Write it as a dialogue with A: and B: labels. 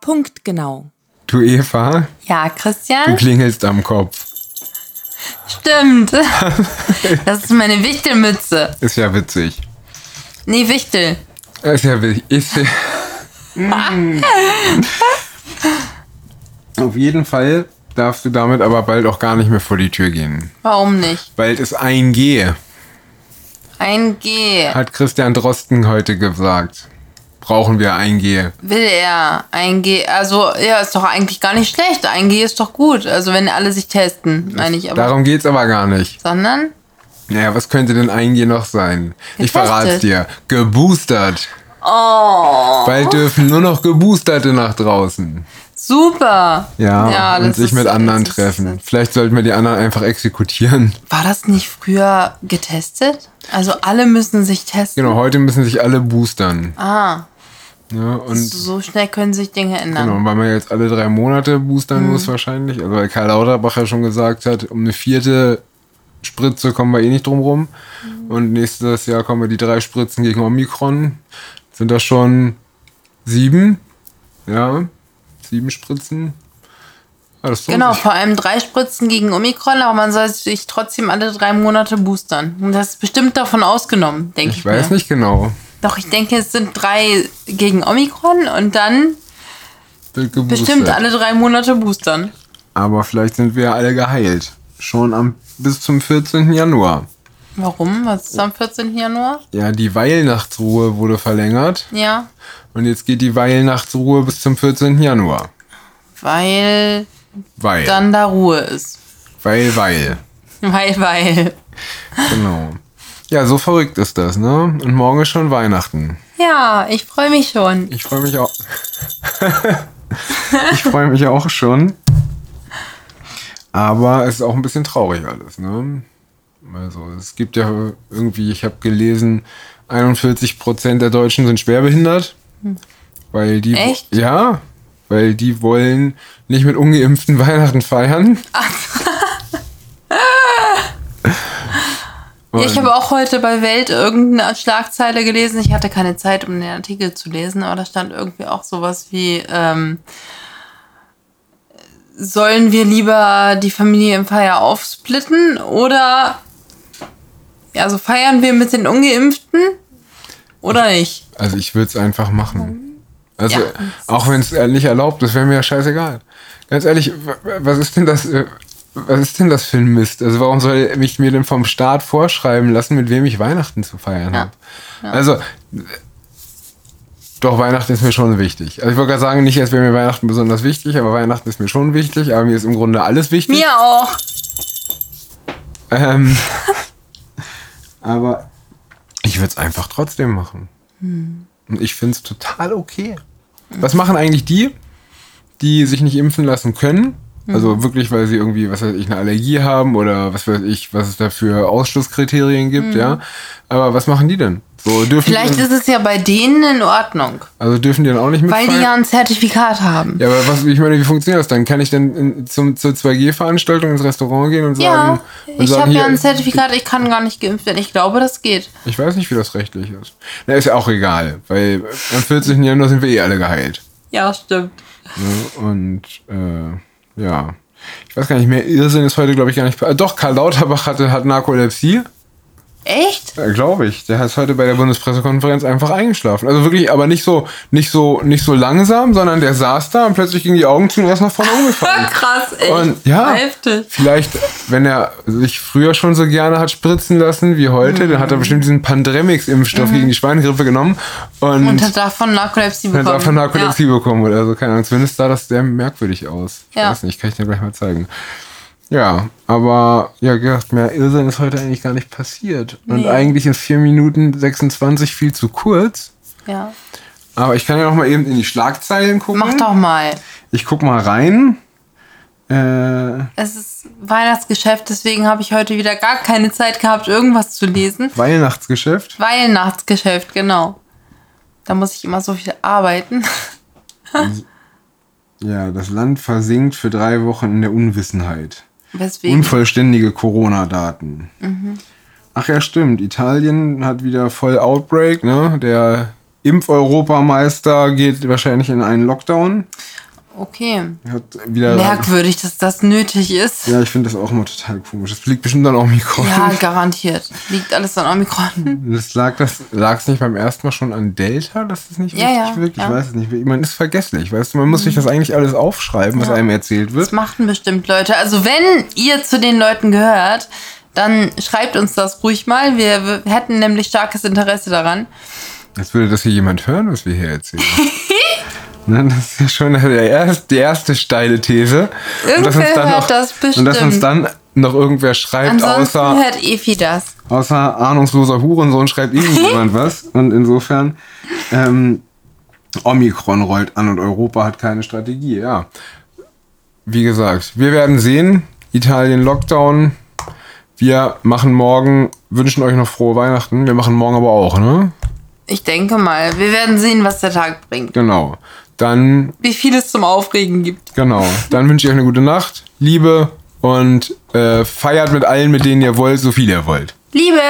A: punktgenau.
B: Du Eva,
A: Ja,
B: du
A: Christian?
B: klingelst am Kopf.
A: Stimmt. Das ist meine Wichtelmütze.
B: Ist ja witzig.
A: Nee, Wichtel.
B: Ist ja witzig. Ist ja Mm. Auf jeden Fall darfst du damit aber bald auch gar nicht mehr vor die Tür gehen.
A: Warum nicht?
B: Bald ist ein G,
A: Ein G.
B: hat Christian Drosten heute gesagt. Brauchen wir ein G.
A: Will er. Ein G. Also, ja, ist doch eigentlich gar nicht schlecht. Ein G ist doch gut. Also, wenn alle sich testen, meine ich aber.
B: Darum geht's aber gar nicht.
A: Sondern?
B: Naja, was könnte denn ein G noch sein? Ich
A: Getestet.
B: verrat's dir. Geboostert.
A: Oh,
B: Bald dürfen nur noch Geboosterte nach draußen.
A: super.
B: Ja, und
A: das
B: sich
A: ist-
B: mit anderen
A: das ist-
B: treffen. Vielleicht sollten wir die anderen einfach exekutieren.
A: War das nicht früher getestet? Also, alle müssen sich testen.
B: Genau, heute müssen sich alle boostern.
A: Ah,
B: Ja, und
A: so schnell können sich Dinge ändern.
B: genau, weil man jetzt alle drei Monate boostern
A: Mhm.
B: muss wahrscheinlich, also weil Karl Lauterbach ja schon gesagt hat, um eine vierte Spritze kommen wir eh nicht drum rum.
A: Mhm.
B: Und nächstes Jahr kommen wir die drei Spritzen gegen Omikron. Sind das schon sieben? Ja, sieben Spritzen. Ja, das lohnt
A: Genau,
B: sich.
A: vor allem drei Spritzen gegen Omikron, aber man soll sich trotzdem alle drei Monate boostern. Und das ist bestimmt davon ausgenommen, denke ich.
B: Ich weiß
A: mir.
B: nicht genau.
A: Doch, ich denke, es sind drei gegen Omikron und dann
B: Wird geboostert.
A: bestimmt alle drei Monate boostern.
B: Aber vielleicht sind wir ja alle geheilt. Schon am, bis zum 14. Januar.
A: Warum? Was ist am 14. Januar?
B: Ja, die Weilnachtsruhe wurde verlängert.
A: Ja,
B: Und jetzt geht die Weilnachtsruhe bis zum 14. Januar.
A: weil
B: Weil.
A: dann da Ruhe ist.
B: Weil, weil.
A: Weil, weil.
B: Genau. Ja, so verrückt ist das, ne? Und morgen ist schon Weihnachten.
A: Ja, ich freue mich schon.
B: Ich freue mich auch. ich freue mich auch schon. Aber es ist auch ein bisschen traurig alles, ne? Also, es gibt ja irgendwie, ich habe gelesen, 41% der Deutschen sind schwerbehindert. Weil die.
A: Echt?
B: Ja, weil die wollen nicht mit ungeimpften Weihnachten feiern.
A: Ja, ich habe auch heute bei Welt irgendeine Schlagzeile gelesen. Ich hatte keine Zeit, um den Artikel zu lesen, aber da stand irgendwie auch sowas wie, ähm, sollen wir lieber die Familie im Feier aufsplitten oder also feiern wir mit den Ungeimpften oder nicht?
B: Also ich würde es einfach machen. Also
A: Ja.
B: auch wenn es nicht erlaubt ist, wäre mir ja scheißegal. Ganz ehrlich, w- w- was ist denn das? äh, Was ist denn das für ein Mist? Also warum soll mich mir denn vom Staat vorschreiben lassen, mit wem ich Weihnachten zu feiern
A: Ja.
B: habe? Also äh, doch Weihnachten ist mir schon wichtig. Also ich wollte gerade sagen, nicht erst wäre mir Weihnachten besonders wichtig, aber Weihnachten ist mir schon wichtig. Aber mir ist im Grunde alles wichtig.
A: Mir auch.
B: Ähm, aber ich würde es einfach trotzdem machen.
A: Hm.
B: Und ich finde es total okay. Was machen eigentlich die, die sich nicht impfen lassen können?
A: Hm.
B: Also wirklich, weil sie irgendwie, was weiß ich, eine Allergie haben oder was weiß ich, was es da für Ausschlusskriterien gibt, ja. Aber was machen die denn? So dürfen
A: Hm. Vielleicht
B: die dann,
A: ist es ja bei denen in Ordnung,
B: also dürfen die dann auch nicht
A: weil
B: mitfahren?
A: die ja ein Zertifikat haben.
B: ja, aber was, ich meine, wie funktioniert das dann? Kann ich dann in, zum, zur 2G-Veranstaltung ins Restaurant gehen und sagen,
A: Ja,
B: und
A: ich
B: sagen,
A: habe ja
B: hier,
A: ein Zertifikat, ich kann gar nicht geimpft werden. Ich glaube, das geht.
B: Ich weiß nicht, wie das rechtlich ist. Na, ist ja auch egal, weil am 14. Januar sind wir eh alle geheilt.
A: Ja, stimmt.
B: Ne? Und äh, ja, ich weiß gar nicht mehr, Irrsinn ist heute, glaube ich, gar nicht. Äh, doch, Karl Lauterbach hatte, hat Narkolepsie,
A: Echt?
B: äh, glaube ich. Der ist heute bei der Bundespressekonferenz einfach eingeschlafen. Also wirklich, aber nicht so, nicht so, nicht so langsam, sondern der saß da und plötzlich gingen die Augen zu und er ist nach vorne umgefallen.
A: Krass, echt.
B: Und ja,
A: Heftig.
B: vielleicht, wenn er sich früher schon so gerne hat spritzen lassen wie heute,
A: Mhm.
B: dann hat er bestimmt diesen Pandremix-Impfstoff gegen die Schweinegrippe genommen und,
A: Und hat davon Narkolepsie bekommen.
B: hat davon Narkolepsie bekommen oder so. Keine Ahnung, zumindest sah das sehr merkwürdig aus. Ich
A: Ja.
B: weiß nicht, kann ich dir gleich mal zeigen. Ja, aber ja, gedacht, mehr Irrsinn ist heute eigentlich gar nicht passiert. Und
A: Nee.
B: eigentlich ist 4 Minuten 26 viel zu kurz.
A: Ja. ja.
B: Aber ich kann ja noch mal eben in die Schlagzeilen gucken.
A: Mach doch mal.
B: Ich guck mal rein. Äh,
A: Es ist Weihnachtsgeschäft, deswegen habe ich heute wieder gar keine Zeit gehabt, irgendwas zu lesen.
B: Weihnachtsgeschäft.
A: Weihnachtsgeschäft, genau. Da muss ich immer so viel arbeiten.
B: Ja, das Land versinkt für drei Wochen in der Unwissenheit.
A: Weswegen?
B: Unvollständige Corona-Daten. Ach ja, stimmt. Italien hat wieder voll Outbreak, ne? Der Impf-Europameister geht wahrscheinlich in einen Lockdown.
A: Okay.
B: Hat wieder
A: Merkwürdig, dass das nötig ist.
B: Ja, ich finde das auch immer total komisch. Das liegt bestimmt an Omikron.
A: Ja, garantiert. Liegt alles an Omikron.
B: Das lag es nicht beim ersten Mal schon an Delta, dass es nicht
A: Ja,
B: richtig
A: ja,
B: wirkt? Ich
A: ja.
B: weiß es nicht. Man ist vergesslich, weißt du? Man muss sich das eigentlich alles aufschreiben, was einem erzählt wird.
A: Das machten bestimmt Leute. Also wenn ihr zu den Leuten gehört, dann schreibt uns das ruhig mal. Wir wir hätten nämlich starkes Interesse daran.
B: Als würde das hier jemand hören, was wir hier erzählen. Ne, Das ist ja schon der erst, die erste steile These. Und dass uns
A: Irgendwer
B: dann
A: hört
B: noch-
A: das
B: Und dass uns
A: bestimmt.
B: dann noch irgendwer schreibt,
A: Ansonsten
B: außer,
A: hört Efi das.
B: außer ahnungsloser Hurensohn schreibt irgendjemand was. Und insofern, ähm, Omikron rollt an und Europa hat keine Strategie, ja. Wie gesagt, wir werden sehen. Italien Lockdown. Wir machen morgen, wünschen euch noch frohe Weihnachten. Wir machen morgen aber auch, ne?
A: Ich denke mal. Wir werden sehen, was der Tag bringt.
B: Genau. Dann
A: Wie viel es zum Aufregen gibt.
B: Genau. Dann wünsche ich euch eine gute Nacht, Liebe und äh, feiert mit allen, mit denen ihr wollt, so viel ihr wollt.
A: Liebe!